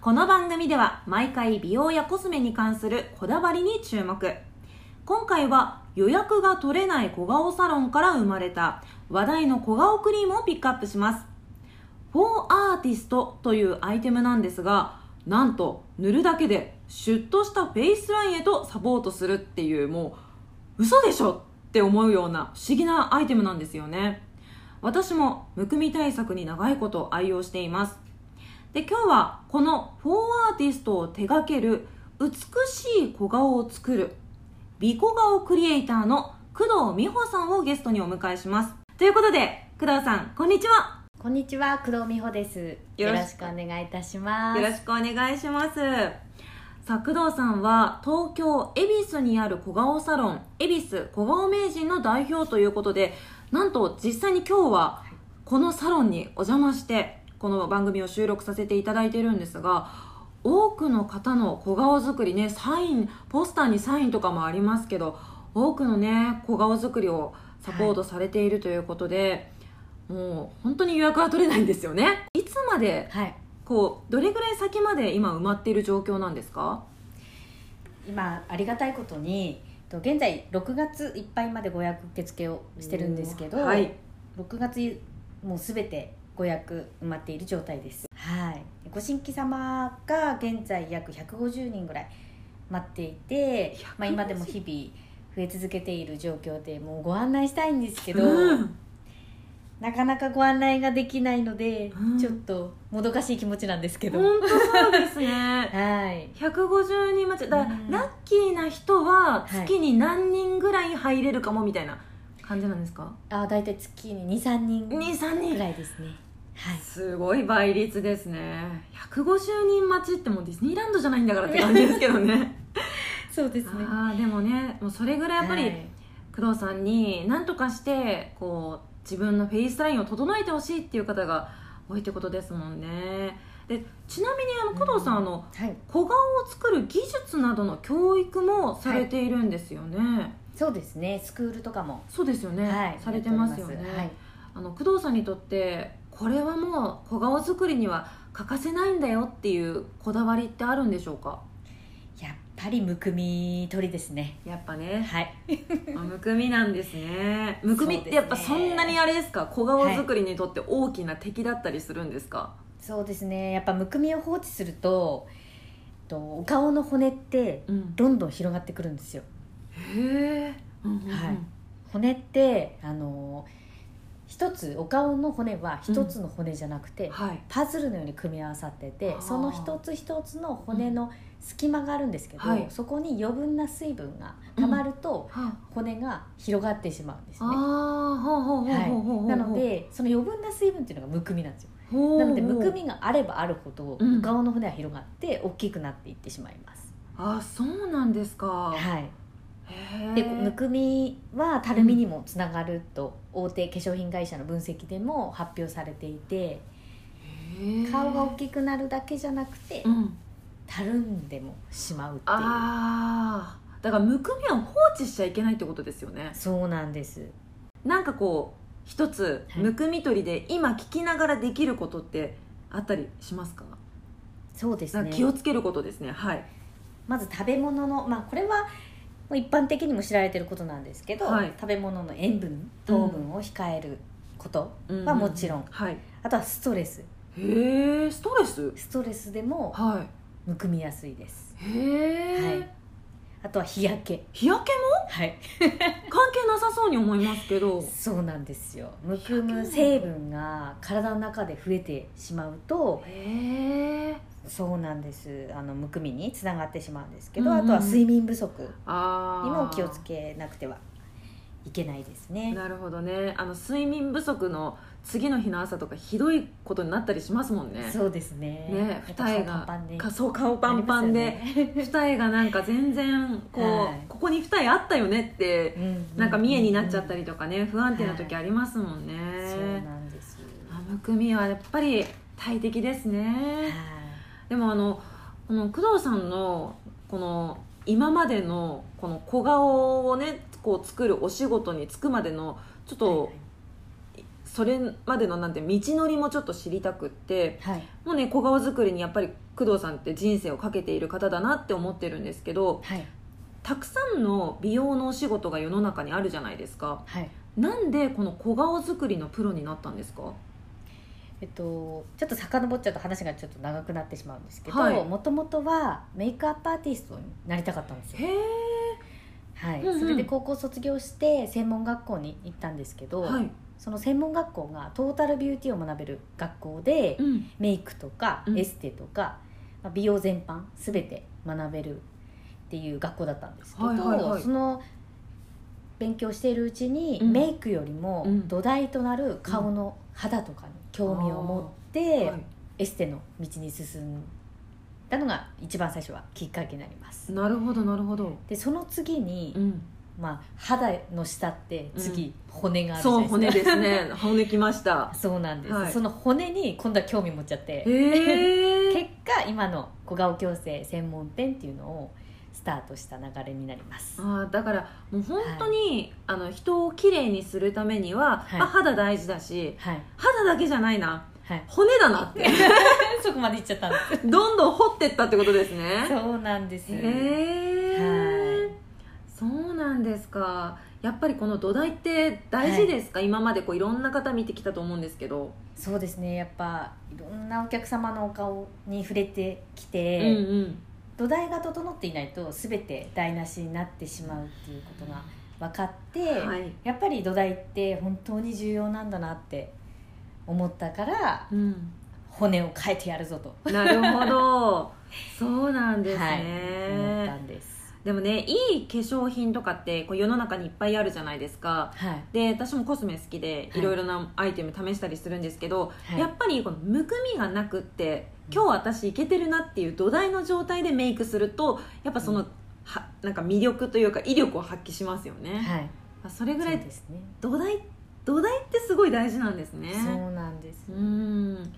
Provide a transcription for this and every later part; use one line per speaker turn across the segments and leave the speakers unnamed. この番組では毎回美容やコスメに関するこだわりに注目今回は予約が取れない小顔サロンから生まれた話題の小顔クリームをピックアップしますフォーアーティストというアイテムなんですがなんと塗るだけでシュッとしたフェイスラインへとサポートするっていうもう嘘でしょって思うような不思議なアイテムなんですよね私もむくみ対策に長いこと愛用していますで今日はこのフォーアーティストを手掛ける美しい小顔を作る美小顔クリエイターの工藤美穂さんをゲストにお迎えしますということで工藤さんこんにちは
こんにちは、工藤美穂です。
よ
よ
ろ
ろ
し
しくお願いいたします。
よろしくお願いしますさあ工藤さんは東京恵比寿にある小顔サロン恵比寿小顔名人の代表ということでなんと実際に今日はこのサロンにお邪魔してこの番組を収録させていただいているんですが多くの方の小顔作りねサインポスターにサインとかもありますけど多くのね小顔作りをサポートされているということで、もう本当に予約は取れないんですよねいつまで
はい、
こうどれぐらい先まで今埋まっている状況なんですか
今ありがたいことに、と現在6月いっぱいまでご予約受付をしてるんですけど、
はい、
6月もうすべてご予約埋まっている状態です。はい、ご新規様が現在約150人ぐらい待っていて、まあ今でも日々増え続けている状況で、もうご案内したいんですけど。
うん
なかなかご案内ができないので、
うん
ちょっともどかしい気持ちなんですけど、
本当そうです ね
はい
150人待ちだから
うん
ラッキーな人は
はい
月に何人ぐらい入れるかもみたいな感じなんですか、
あ大体月に23人
二三
ぐ
人
らいですねはい
すごい倍率ですね150人待ちってもうディズニーランドじゃないんだからって感じですけどね
そうですね
ああでもねもうそれぐらいやっぱ
は
り
い
工藤さんに何とかしてこう自分のフェイスラインを整えてほしいっていう方が多いってことですもんねでちなみにあの工藤さん、
うん
あの
はい、
小顔を作る技術などの教育もされているんですよね、
そうですねスクールとかも、
そうですよね、
はい
されてますよね、
はい、
あの工藤さんにとってこれはもう小顔作りには欠かせないんだよっていうこだわりってあるんでしょうか
やっぱりむくみ取りですね
やっぱね、
はい
まあむくみなんですねむくみっ
そ
て
うですね
やっぱそんなにあれですか小顔作りにとって大きな敵だったりするんですか、
そうですねやっぱむくみを放置するととお顔の骨って
うん、
どんどん広がってくるんですよ
へえ、うんうんうん
はい骨ってあの一つお顔の骨は一つの骨じゃなくて、
はい
パズルのように組み合わさってて
あー
その一つ一つの骨の隙間があるんですけど、
はい
そこに余分な水分がたまると、
は
骨が広がってしまうんです
あ
ね。
あほうほうほうほうほうほ
は
う
い、なのでその余分な水分っていうのがむくみなんですよ
ほう
なのでむくみがあればあるほど、
うん
お顔の骨は広がって大きくなっていってしまいます、
あそうなんですか
はい、
へえ
でむくみはたるみにもつながると大手化粧品会社の分析でも発表されていて
へえ
顔が大きくなるだけじゃなくて
うん
たるんでもしまうっていう
ああだからむくみは放置しちゃいけないってことですよね
そうなんです
なんかこう一つ
はい
むくみ取りで今聞きながらできることってあったりしますか
そうです
なん
ね
か気をつけることですねはい
まず食べ物のまあこれはもう一般的にも知られてることなんですけど、
はい
食べ物の塩分糖分を控えること、
うん
まあもちろん
はい
あとはストレス
へえストレス
ストレスでも
は
むくみやすいです
いへえ、
はいあとは日焼け
日焼けも
はい
関係なさそうに思いますけど
そうなんですよむくむ成分が体の中で増えてしまうと
へえ
そうなんですあのむくみにつながってしまうんですけど、
うんうん
あとは睡眠不足に
あー
も気をつけなくてはいけないですね
なるほどねあの睡眠不足の次の日の朝とかひどいことになったりしますもんね
そうですね
ね
やっぱ
二重
顔パンパ
が
ンで
かそう顔パンパン
な
で、
りますよね
二重がなんか全然こう、
はい
ここに二重あったよねって
うう
なんか見えになっちゃった
り、
りとかね不安定な時ありますもんね、
そうなんです
あむくみはやっぱり大敵ですねでもあのこの工藤さんのこの今までのこの小顔をねこう作るお仕事に就くまでのちょっと
は
そそれまでのなんて道のりもちょっと知りたくって
はい
もうね小顔作りにやっぱり工藤さんって人生をかけている方だなって思ってるんですけど
はい
たくさんの美容のお仕事が世の中にあるじゃないですか
はい
なんでこの小顔作りのプロになったんですか
えっと、ちょっと遡っちゃうと話がちょっと長くなってしまうんですけ
はい
どもともとはメイクアップアーティストになりたかったんですよ
へ、え
はい
うんうん
それで高校卒業して専門学校に行ったんですけど、
はい、
その専門学校がトータルビューティーを学べる学校で、
うん、
メイクとか
うん
エステとか、まあ美容全般全て学べるっていう学校だったんですけど、
はいはいはい
その勉強しているうちに、
うん
メイクよりも
うん
土台となる顔の肌とかに興味を持って、
は
エステの道に進んだのが一番最初はきっかけになります
い、なるほどなるほど、
でその次に、
うん、
まあ、肌の下って次、
うん
骨があるじゃな
そう
いで
骨
すか
です ね骨きました
そうなんです、
はい
その骨に今度は興味持っちゃって
へえ
結果今の小顔矯正専門店っていうのをスタートした流れになります
あーだからもう本当に、あの人をきれいにするためには、
はい
あ肌大事だし
はい
肌だけじゃないな
はい
骨だなって
そこまでいっちゃったんです
どんどん掘ってったってことですね
そうなんです
へえ
はい
そうなんですかやっぱりこの土台って大事ですか、今までこういろんな方見てきたと思うんですけど、
そうですねやっぱいろんなお客様のお顔に触れてきて、
うんうん
土台が整っていないと全て台無しになってしまうっていうことが分かって、
はい、
やっぱり土台って本当に重要なんだなって思ったから
うん、
骨を変えてやるぞと
なるほどそうなんです
思っ
ね、
たんです、
でもねいい化粧品とかってこう世の中にいっぱいあるじゃないですか
はい
で私もコスメ好きで
はい
いろいろなアイテム試したりするんですけど、
はい
やっぱりこのむくみがなくって今日私いけてるなっていう土台の状態でメイクするとやっぱその、
うん
はなんか魅力というか威力を発揮しますよね、
はい
あそれぐら
そ
い
うですね
土台土台ってすごい大事なんですね
そうなんです
うーん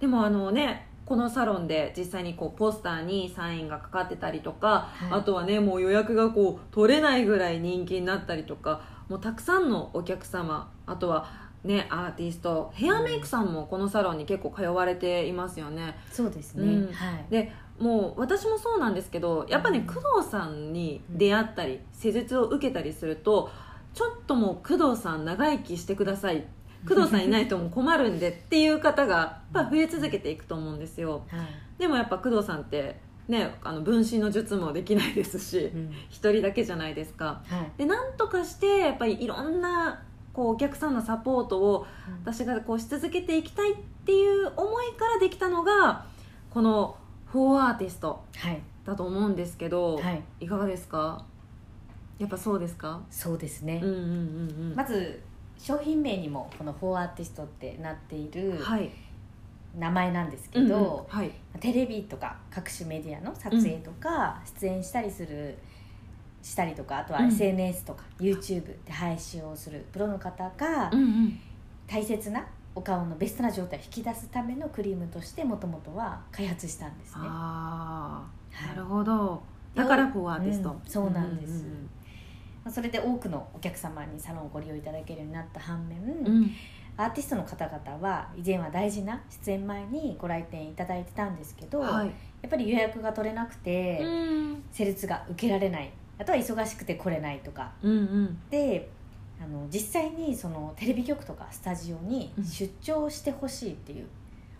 でもあのねこのサロンで実際にこうポスターにサインがかかってたりとか、
はい
あとはねもう予約がこう取れないぐらい人気になったりとかもうたくさんのお客様あとはねアーティストヘアメイクさんもこのサロンに結構通われていますよね
そうですね、
うん
はい
でもう私もそうなんですけどやっぱね
うん
工藤さんに出会ったり施術を受けたりするとちょっともう工藤さん長生きしてください工藤さんいないともう困るんでっていう方がやっぱ増え続けていくと思うんですよ
はい、
でもやっぱ工藤さんってねあの分身の術もできないですし
うん
一人だけじゃないですか
はい
でなんとかしてやっぱりいろんなこうお客さんのサポートを私がこうし続けていきたいっていう思いからできたのがこの「フォーアーティスト
はい、」
だと思うんですけど、
はい、
い、かがですかやっぱそうですか
そうですね
うん、うんうんうん、
まず商品名にもこの「フォーアーティスト」ってなっている
はい
名前なんですけ
うん
ど、
うんはい
テレビとか各種メディアの撮影とか出演したりする、したりとかあとは
うん
SNS とか YouTube で配信をするプロの方が
うんうん
大切なお顔のベストな状態を引き出すためのクリームとしてもともとは開発したんですね。は
ああないるほどだからフォーアーティスト、
うんそうなんです
うん
まあそれで多くのお客様にサロンをご利用いただけるようになった反面、
うんうん
アーティストの方々は以前は大事な出演前にご来店いただいてたんですけど、
は
や
い
っぱり予約が取れなくて、
うん
施術が受けられないあとは忙しくて来れないとか
うん
であの実際にそのテレビ局とかスタジオに
うん
出張してほしいっていう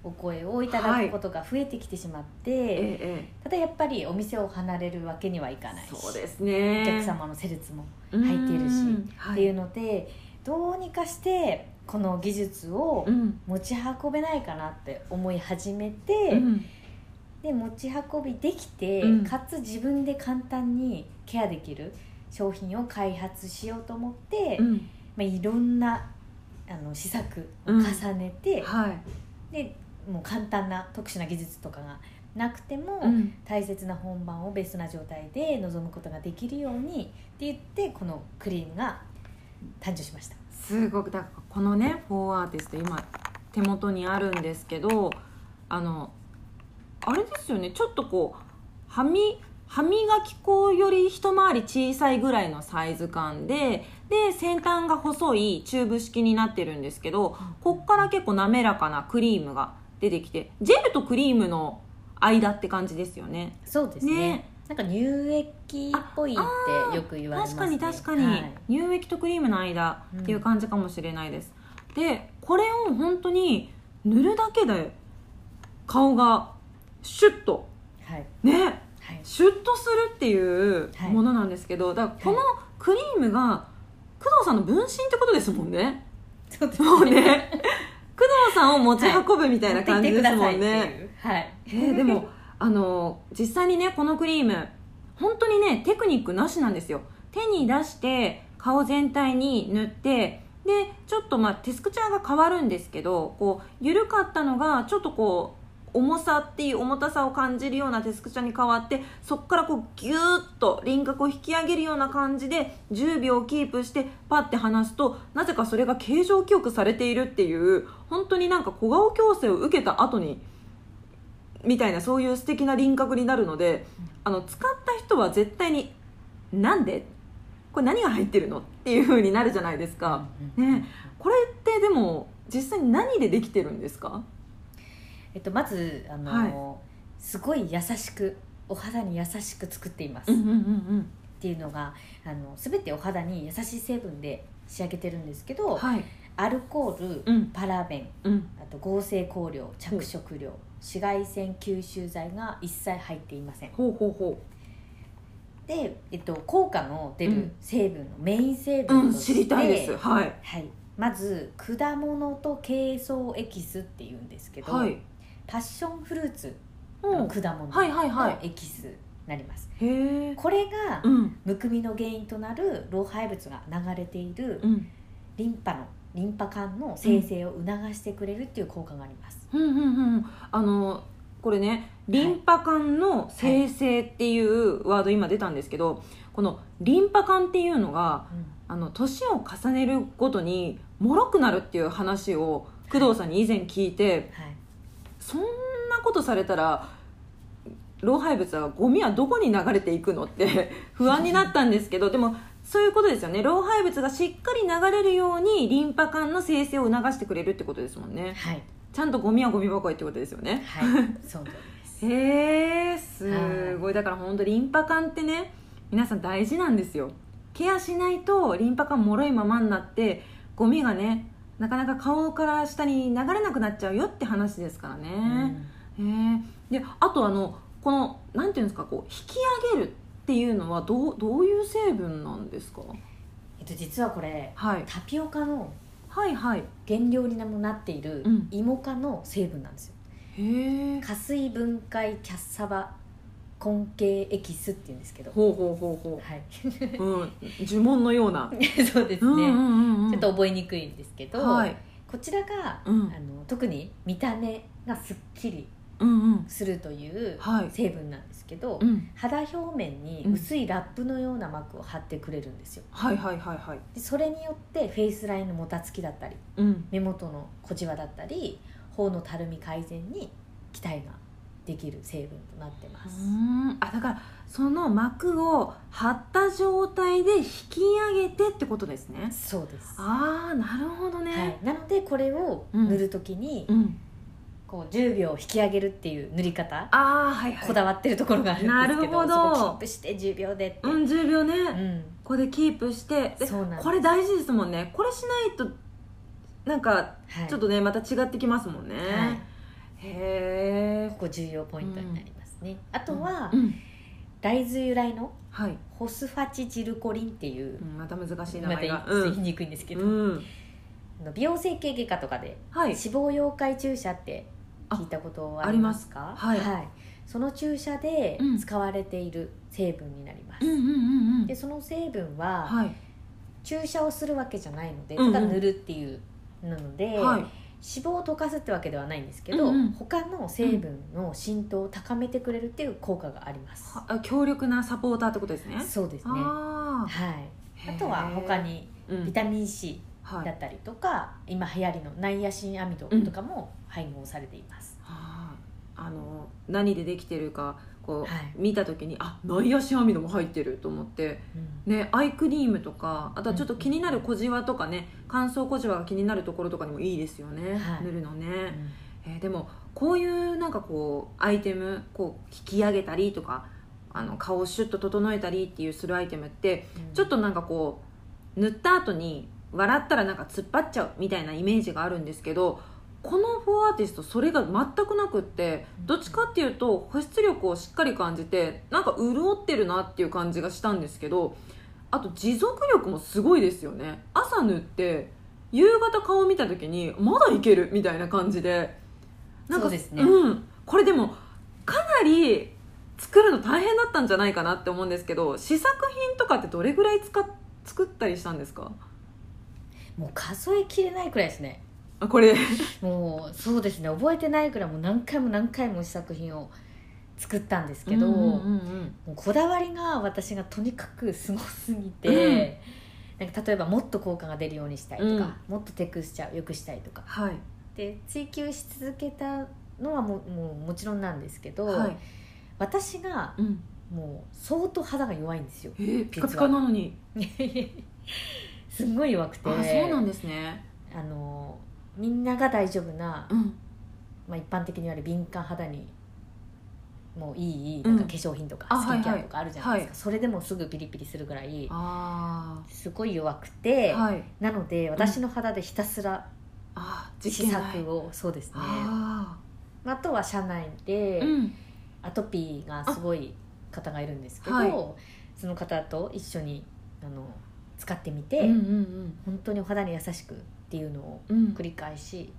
お声をいただくことが増えてきてしまって、
えええ
ただやっぱりお店を離れるわけにはいかない
え
し
そう
お
ですね
客様の施術も
入
っているし
は
っていう
う
ので、どうにかしてこの技術を
ん
持ち運べないかなって思い始めて、
うん
で持ち運びできて、
うん
かつ自分で簡単にケアできる商品を開発しようと思って、
う
ま
ん
あ、いろんなあの試作を重ねて、
はい
でもう簡単な特殊な技術とかがなくても、
うん
大切な本番をベストな状態で臨むことができるようにって言ってこのクリームが誕生しました。
すごくだからこのね「フォーアーティスト」今手元にあるんですけどあのあれですよねちょっとこうはみ歯磨き粉より一回り小さいぐらいのサイズ感でで先端が細いチューブ式になってるんですけどこっから結構滑らかなクリームが出てきてジェルとクリームの間って感じですよね
そうですね
ね
なんか乳液っぽいってよく言われます、
確
ね、
かに確かに、
はい
乳液とクリームの間っていう感じかもしれないです、でこれを本当に塗るだけで顔がシュッと
はい
ね
はい
シュッとするっていう
はい
ものなんですけど、だからこのクリームが工藤さんの分身ってことですもんね
そうです
もう ね工藤さんを持ち運ぶみたいな感じですもんね、
はい
えーでもあの実際にねこのクリーム本当にねテクニックなしなんですよ手に出して顔全体に塗ってでちょっとまあテスクチャーが変わるんですけどこう緩かったのがちょっとこう重さっていう重たさを感じるようなテスクチャーに変わってそこからこうギューッと輪郭を引き上げるような感じで10秒キープしてパッて離すとなぜかそれが形状記憶されているっていう本当になんか小顔矯正を受けた後にみたいなそういう素敵な輪郭になるのであの使った人は絶対に「なんでこれ何が入ってるの?」っていう風になるじゃないですか、
うん
ねこれってでも実際に何でできてるんですか
えっとまずあの、
は
すごい優しくお肌に優しく作っています、
うん
っ
うんうん
ていうのがあの全てお肌に優しい成分で仕上げてるんですけ
う
ど、
んはい
アルコール、
うん
パラベン
うん
あと合成香料着色料紫外線吸収剤が一切入っていません
ほうほうほ
で、えっと、効果の出
うん
る成分のメイン成
うう
分
ん
として、
知りたいですはい
はい、まず果物と珪藻エキスっていうんですけど、
はい
パッションフルーツ
う
の
ん
果物
はいはいはい
のエキスになります、
へえ
これが
うん
むくみの原因となる老廃物が流れている
うん
リンパのリンパ管の生成を促してくれるっていう効果があります、
うんうんうんあのこれねリンパ管の生成っていうワード今出たんですけどこのリンパ管っていうのが
うん
あの年を重ねるごとに脆くなるっていう話を工藤さんに以前聞いて
はい、
そんなことされたら老廃物はゴミはどこに流れていくのって 不安になったんですけどでもそういうことですよね老廃物がしっかり流れるようにリンパ管の生成を促してくれるってことですもんね
はい
ちゃんとゴミはゴミ箱へってことですよね
はい、そうです。
へえすごいだから本当リンパ管ってね皆さん大事なんですよケアしないとリンパ管もろいままになってゴミがねなかなか顔から下に流れなくなっちゃうよって話ですからね、へえであとあのこのなんていうんですかこう引き上げるっていうのはどうどういう成分なんですか、
えっと実はこれ
はい、
タピオカの
はいはい
原料にもなっている
うん
芋化の成分なんですよ。
へえ
加水分解キャッサバ根茎エキスって言うんですけど、
ほうほうほうほ
はい、
う、うん、呪文のような、
そうですね。
うんうんうんうん
ちょっと覚えにくいんですけど、
はい、
こちらが、
うん
あの特に見た目がすっきり
うんうん
するという
はい
成分なんですけど、
うん
肌表面に薄いラップのような膜を貼ってくれるんですよ
はいはいはいはい
でそれによってフェイスラインのもたつきだったり
うん
目元の小じわだったり頬のたるみ改善に期待ができる成分となってま
う
す、
んあだからその膜を張った状態で引き上げてってことですね
そうです、は
ああなるほどね、
い、なのでこれを塗る時に、
うん、
こう10秒引き上げるっていう塗り方
ああはいはい
こだわってるところがあるんですけ
な
ど
るほど
そこキープして10秒でって、
うん10秒ね、
うん
ここでキープしてで
そうなんです
これ大事ですもんねこれしないとなんか
はい、
ちょっとねまた違ってきますもんね、
はい、
へ
ここ重要ポイントになりますね、あ
え
とは、
うん
大豆由来の
はい、
ホスファチジルコリンっていう
う、んまた難しい名
また
前
言
が、
い言いにくいんですけど、
うん、うん、
あの美容整形外科とかで
はい
脂肪溶解注射って聞いたことありますか
ああります
はいその注射で
うん
使われている成分になります、
うんうんうんうん
でその成分は、
はい
注射をするわけじゃないので
うんうん
ただ塗るっていうなので、
はい
脂肪を溶かすってわけではないんですけど、
うんうん
他の成分の浸透を高めてくれるっていう効果があります、
あ強力なサポーターってことですね
そうですね
あ
はい
ー
あとは他、に
うん
ビタミン C
は
だ
い
ったりとか、今流行りのナイアシンアミドとかも配合されています、
あーあの何でできてるかこう、
はい
見た時にあナイアシアミドも入ってると思って、ね、アイクリームとかあとはちょっと気になる小じわとかね乾燥小じわが気になるところとかにもいいですよね、
はい
塗るのね、
うん
えーでもこういうなんかこうアイテムこう引き上げたりとかあの顔をシュッと整えたりっていうするアイテムってちょっとなんかこう塗った後に笑ったらなんか突っ張っちゃうみたいなイメージがあるんですけどこのフォーアーティストそれが全くなくって
うん
どっちかっていうと保湿力をしっかり感じてなんか潤ってるなっていう感じがしたんですけどあと持続力もすごいですよね朝塗って夕方顔見た時にまだいけるみたいな感じで
そうですね
うん、これでもかなり作るの大変だったんじゃないかなって思うんですけど試作品とかってどれぐらい使っ作ったりしたんですか
もう数えきれないくらいですね
あこれ
もうそうですね覚えてないくらいもう何回も何回も試作品を作ったんですけど、
うんうんうん
もうこだわりが私がとにかくすごすぎて、なんか例えばもっと効果が出るようにしたいとか、もっとテクスチャーを良くしたいとか
はい、
で追求し続けたのはもうもうもちろんなんですけど、
はい
私が
うん、
もう相当肌が弱いんですよ
えー、ピカピカなのに
すんごい弱くて
あそうなんですね
あのみんなが大丈夫な、
うん
まあ、一般的に言われる敏感肌にもういい
う
なんんか化粧品とか
あ
スキンケア
はいはい
とかあるじゃないです
は
か、それでもすぐピリピリするぐらい
あ
すごい弱く
あ
て、
はい
なので私の肌でひたすら
あー
試
実験ない
作をそうですねあ
あ
とは社内で、
ーうん
アトピーがすごい方がいるんですけど、
はい
その方と一緒にあの使ってみて、
うんうん
本当にお肌に優しくっていうのを
うんうん
繰り返し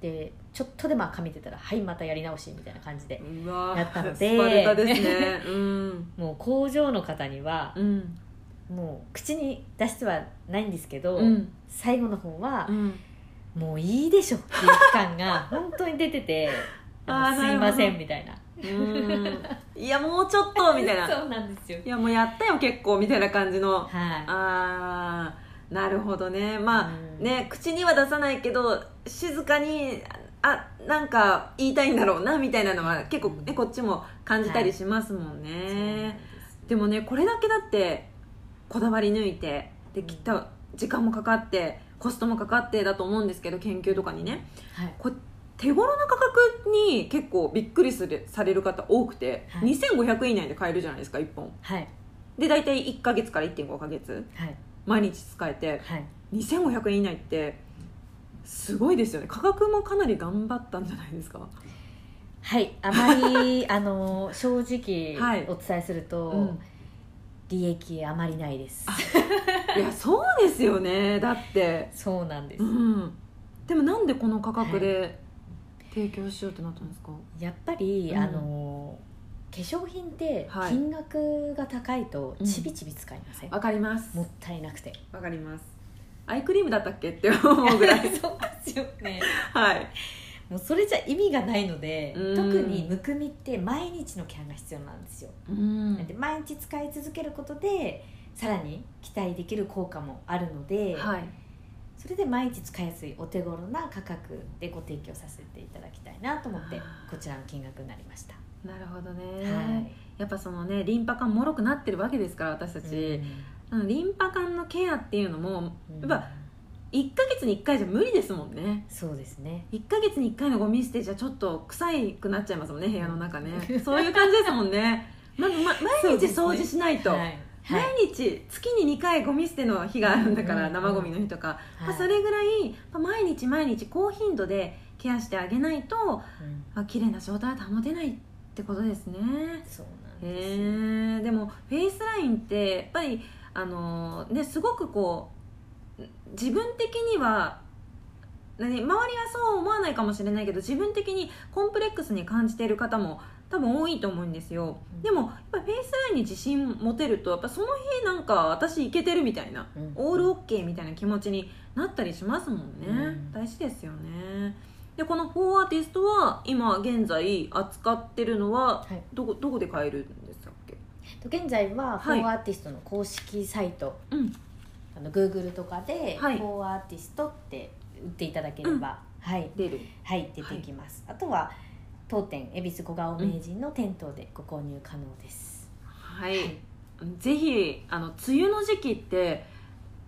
でちょっとでまあ髪出たら「はいまたやり直し」みたいな感じで
うわー
やったので
スパルタですねうん
もう工場の方には
うん
もう口に出してはないんですけど、
うん
最後の方は
う、ん
もういいでしょ」っていう期間が 本当に出てて「あの
あー
すいま
な
せ
るほ
ん」みたいな
うんいやもうちょっとみたいな
そうなんですよ
いやもうやったよ結構みたいな感じの
はい
あーなるほどねま
う
あ
ん
ね口には出さないけど静かにあなんか言いたいんだろうなみたいなのは結構ねこっちも感じたりしますもん
そうなん
ね、
です
でもねこれだけだってこだわり抜いてで
うん
きっと時間もかかってコストもかかってだと思うんですけど研究とかにね
はい
こ手頃な価格に結構びっくりするされる方多くて、
はい
2500円以内で買えるじゃないですか1本
はい
で大体1ヶ月から1.5ヶ月
はい
毎日使えて
はい
2500円以内ってすごいですよね価格もかなり頑張ったんじゃないですか
はい、あま りあの正直
はい
お伝えすると、
うん
利益あまりないです
いやそうですよねだって
そうなんです、
うんでもなんでこの価格で提供しようってなったんですか、
やっぱり、
うん
あの化粧品って
はい
金額が高いと
うん
ちびちび使いません、
わかります
もったいなくて
わかりますアイクリームだったっけって思うぐら い
そうですよね
はい
もうそれじゃ意味がないので
うん
特にむくみって毎日のケアが必要なんですよ、
うん
なんで毎日使い続けることでさらに期待できる効果もあるので、
はい
それで毎日使いやすいお手頃な価格でご提供させていただきたいなと思ってこちらの金額になりました、
なるほどね、
はい
やっぱそのねリンパ管もろくなってるわけですから私たち、あのリンパ管のケアっていうのも
うん
やっぱ1ヶ月に1回じゃ無理ですもんね
そうですね
1ヶ月に1回のゴミ捨てじゃちょっと臭いくなっちゃいますもんね部屋の中 ね、そういう感じですもんねまず、ま、毎日掃除しないと、
はい、はい
毎日月に2回ゴミ捨ての日があるんだから、
うん
生ゴミの日とか、ま
は
あ、
い
それぐらい、まあ毎日毎日高頻度でケアしてあげないと、
うん
まあ綺麗な状態は保てないってことですね
そうな
へ
んです
えでもフェイスラインってやっぱりあのねすごくこう自分的には何周りはそう思わないかもしれないけど自分的にコンプレックスに感じている方も多分多いと思うんですよ
うん
でもやっぱりフェイスラインに自信持てるとやっぱその日なんか私いけてるみたいな
うん
オールオッケーみたいな気持ちになったりしますもんね、
うん
大事ですよねでこの4アーティストは今現在扱ってるのは
はい
どこどこで買えるんでしたっけ
と現在はフ
はい
ォーアーティストの公式サイト、
うん
あの Google とかで「フ
はい
ォーアーティスト」って打っていただければ、はい
出る
はい、出てきます、あとは当店恵比寿小顔名人の店頭でご購入可能です、
はい、ぜひあの梅雨の時期って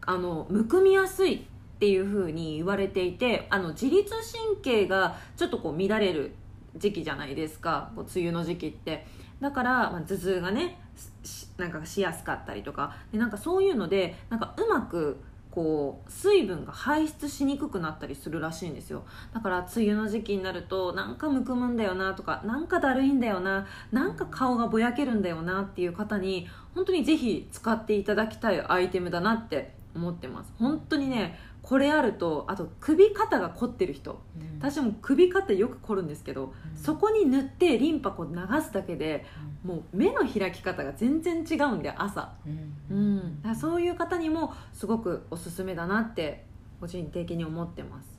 あのむくみやすいっていうふうに言われていてあの自律神経がちょっとこう乱れる時期じゃないですかこう梅雨の時期ってだから、まあ、頭痛がねしなんかしやすかったりとかでなんかそういうのでなんかうまくこう水分が排出しにくくなったりするらしいんですよだから梅雨の時期になるとなんかむくむんだよなとかなんかだるいんだよななんか顔がぼやけるんだよなっていう方に本当にぜひ使っていただきたいアイテムだなって思ってます本当にねこれあるとあと首肩が凝ってる人
うん
私も首肩よく凝るんですけどそこに塗ってリンパこう流すだけでもう目の開き方が全然違うんで朝
うん
う
うんん
だからそういう方にもすごくおすすめだなって個人的に思ってます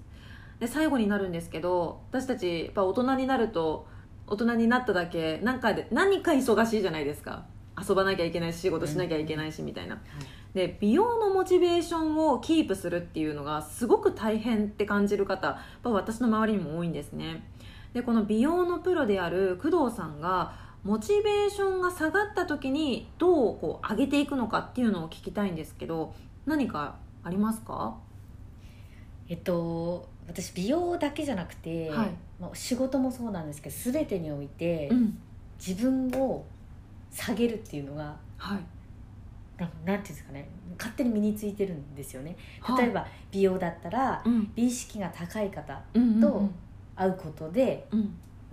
で最後になるんですけど私たちやっぱ大人になると大人になっただけなんかで何か忙しいじゃないですか遊ばなきゃいけないし仕事しなきゃいけないしみたいな
はい
で美容のモチベーションをキープするっていうのがすごく大変って感じる方やっぱ私の周りにも多いんですねでこの美容のプロである工藤さんがモチベーションが下がった時にどうこう上げていくのかっていうのを聞きたいんですけど何かありますか
えっと私美容だけじゃなくて、
はい
まあ、仕事もそうなんですけど全てにおいて、
ん
自分を下げるっていうのが
はい
なんなんていうんですかね勝手に身についてるんですよね例えば美容だったら
うん
美意識が高い方
うん
と会うことで
うん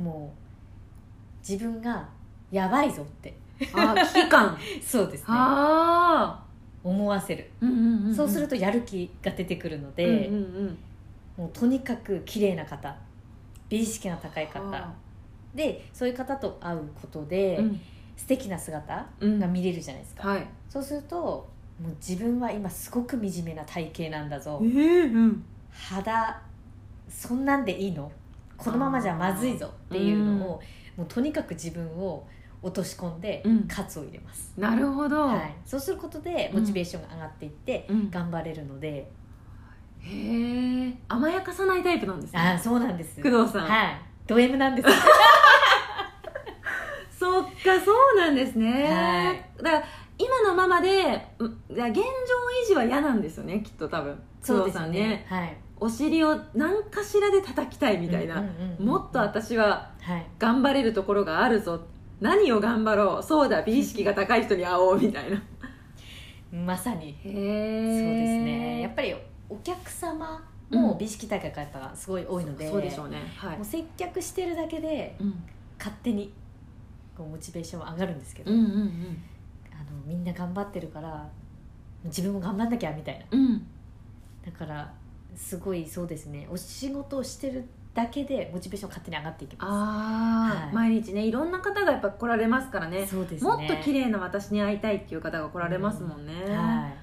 うん
もう自分がやばいぞって
あー危機 感
そうですね
あ
思わせる、
あ、うんうんうんん、
そうするとやる気が出てくるの
うん
で、
うんうん、
もうとにかく綺麗な方美意識が高い
は
方でそういう方と会うことで、
あうん
素敵な姿
うん
が見れるじゃないですか、
はい
そうするともう自分は今すごく惨めな体型なんだぞ、
えうん
肌そんなんでいいのこのままじゃまずいぞっていうのを、もうとにかく自分を落とし込んで、
うん
喝を入れます、
なるほど、
はい、そうすることでモチベーションが上がっていって、
うん、
頑張れるので
へえ甘やかさないタイプなんです
ああ
ね
そうなんです
工藤さん、
はいド M なんです
そっかそうなんですね、
はい
だから今のままでうんだから現状維持は嫌なんですよねきっと多分
そ
工
うで
藤
す
さん
ね
ね
はい
お尻を何かしらで叩きたいみたいな、
うんうんうんうん
もっと私は
はい
頑張れるところがあるぞ何を頑張ろうそうだ美意識が高い人に会おうみたい な
まさに
へえそうです
そうですねやっ
ぱ
ぱりお客様も美意識高い方がすごい多いので、
そうでしょうねはい
もう、接客してるだけで
うん、
勝手にこうモチベーションは上がるんですけど、
うんうん
あのみんな頑張ってるから自分も頑張んなきゃみたいな
うんうん
だからすごいそうですねお仕事をしてるだけでモチベーション勝手に上がっていきま
ああ、
はい
毎日ねいろんな方がやっぱ来られますから
す
ね
そうですね
もっと綺
麗
麗な私に会いたいっていう方が来られますもんね、
は
あ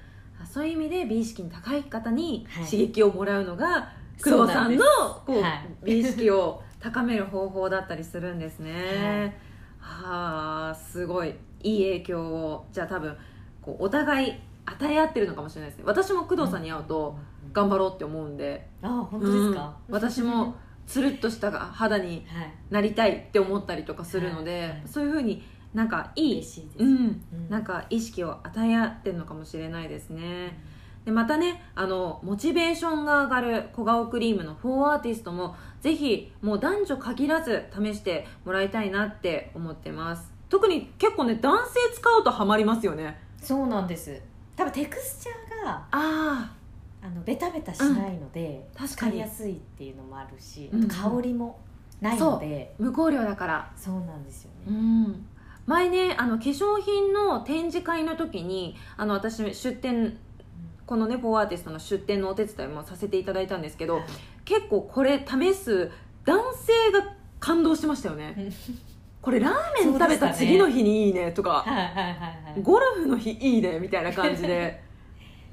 そういう意味で美意識に高い方に
はい
刺激をもらうのが
い
工藤さんのこう
はい
美意識を高める方法だったりするんですね、はあすごいいい影響をじゃあ多分こうお互い与え合ってるのかもしれないですね私も工藤さんに会うと頑張ろうって思うんで、
ああ本当ですか、
うん私もつるっとした肌に
はい
なりたいって思ったりとかするので、
はい
そういうふうになんかいい
嬉しいです、
うん、
うん
なんか意識を与え合ってるのかもしれないですねでまたねあのモチベーションが上がる小顔クリームの4アーティストもぜひもう男女限らず試してもらいたいなって思ってます特に結構ね男性使うとハマりますよね
そうなんです多分テクスチャーが
ああ
あのベタベタしないので、
うん確か
使
に
いやすいっていうのもあるし、
うんうん
香りもないので
無香料だから
そうなんですよ
う
ね、
ん前ねあの化粧品の展示会の時にあの私出店このねフォーアーティストの出店のお手伝いもさせていただいたんですけど結構これ試す男性が感動しましたよ
う
ね
ん
これラーメン食べ
そうでした
た
ね
次の日にいいねとか
はいはいはいはい
ゴルフの日いいねみたいな感じで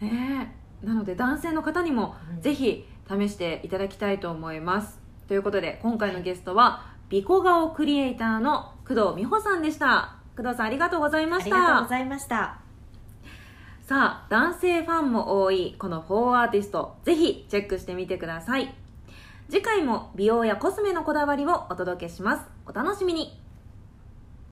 ねえなので男性の方にもぜ
ひ
ひ試していただきたいと思いますということで今回のゲストは美小顔クリエイターの工藤美穂さんでした工藤さんありがとうございま
あ
し
りがとう
た
ございました
さあ男性ファンも多いこの4アーティストぜひチェックしてみてください次回も美容やコスメのこだわりをお届けしますお楽しみに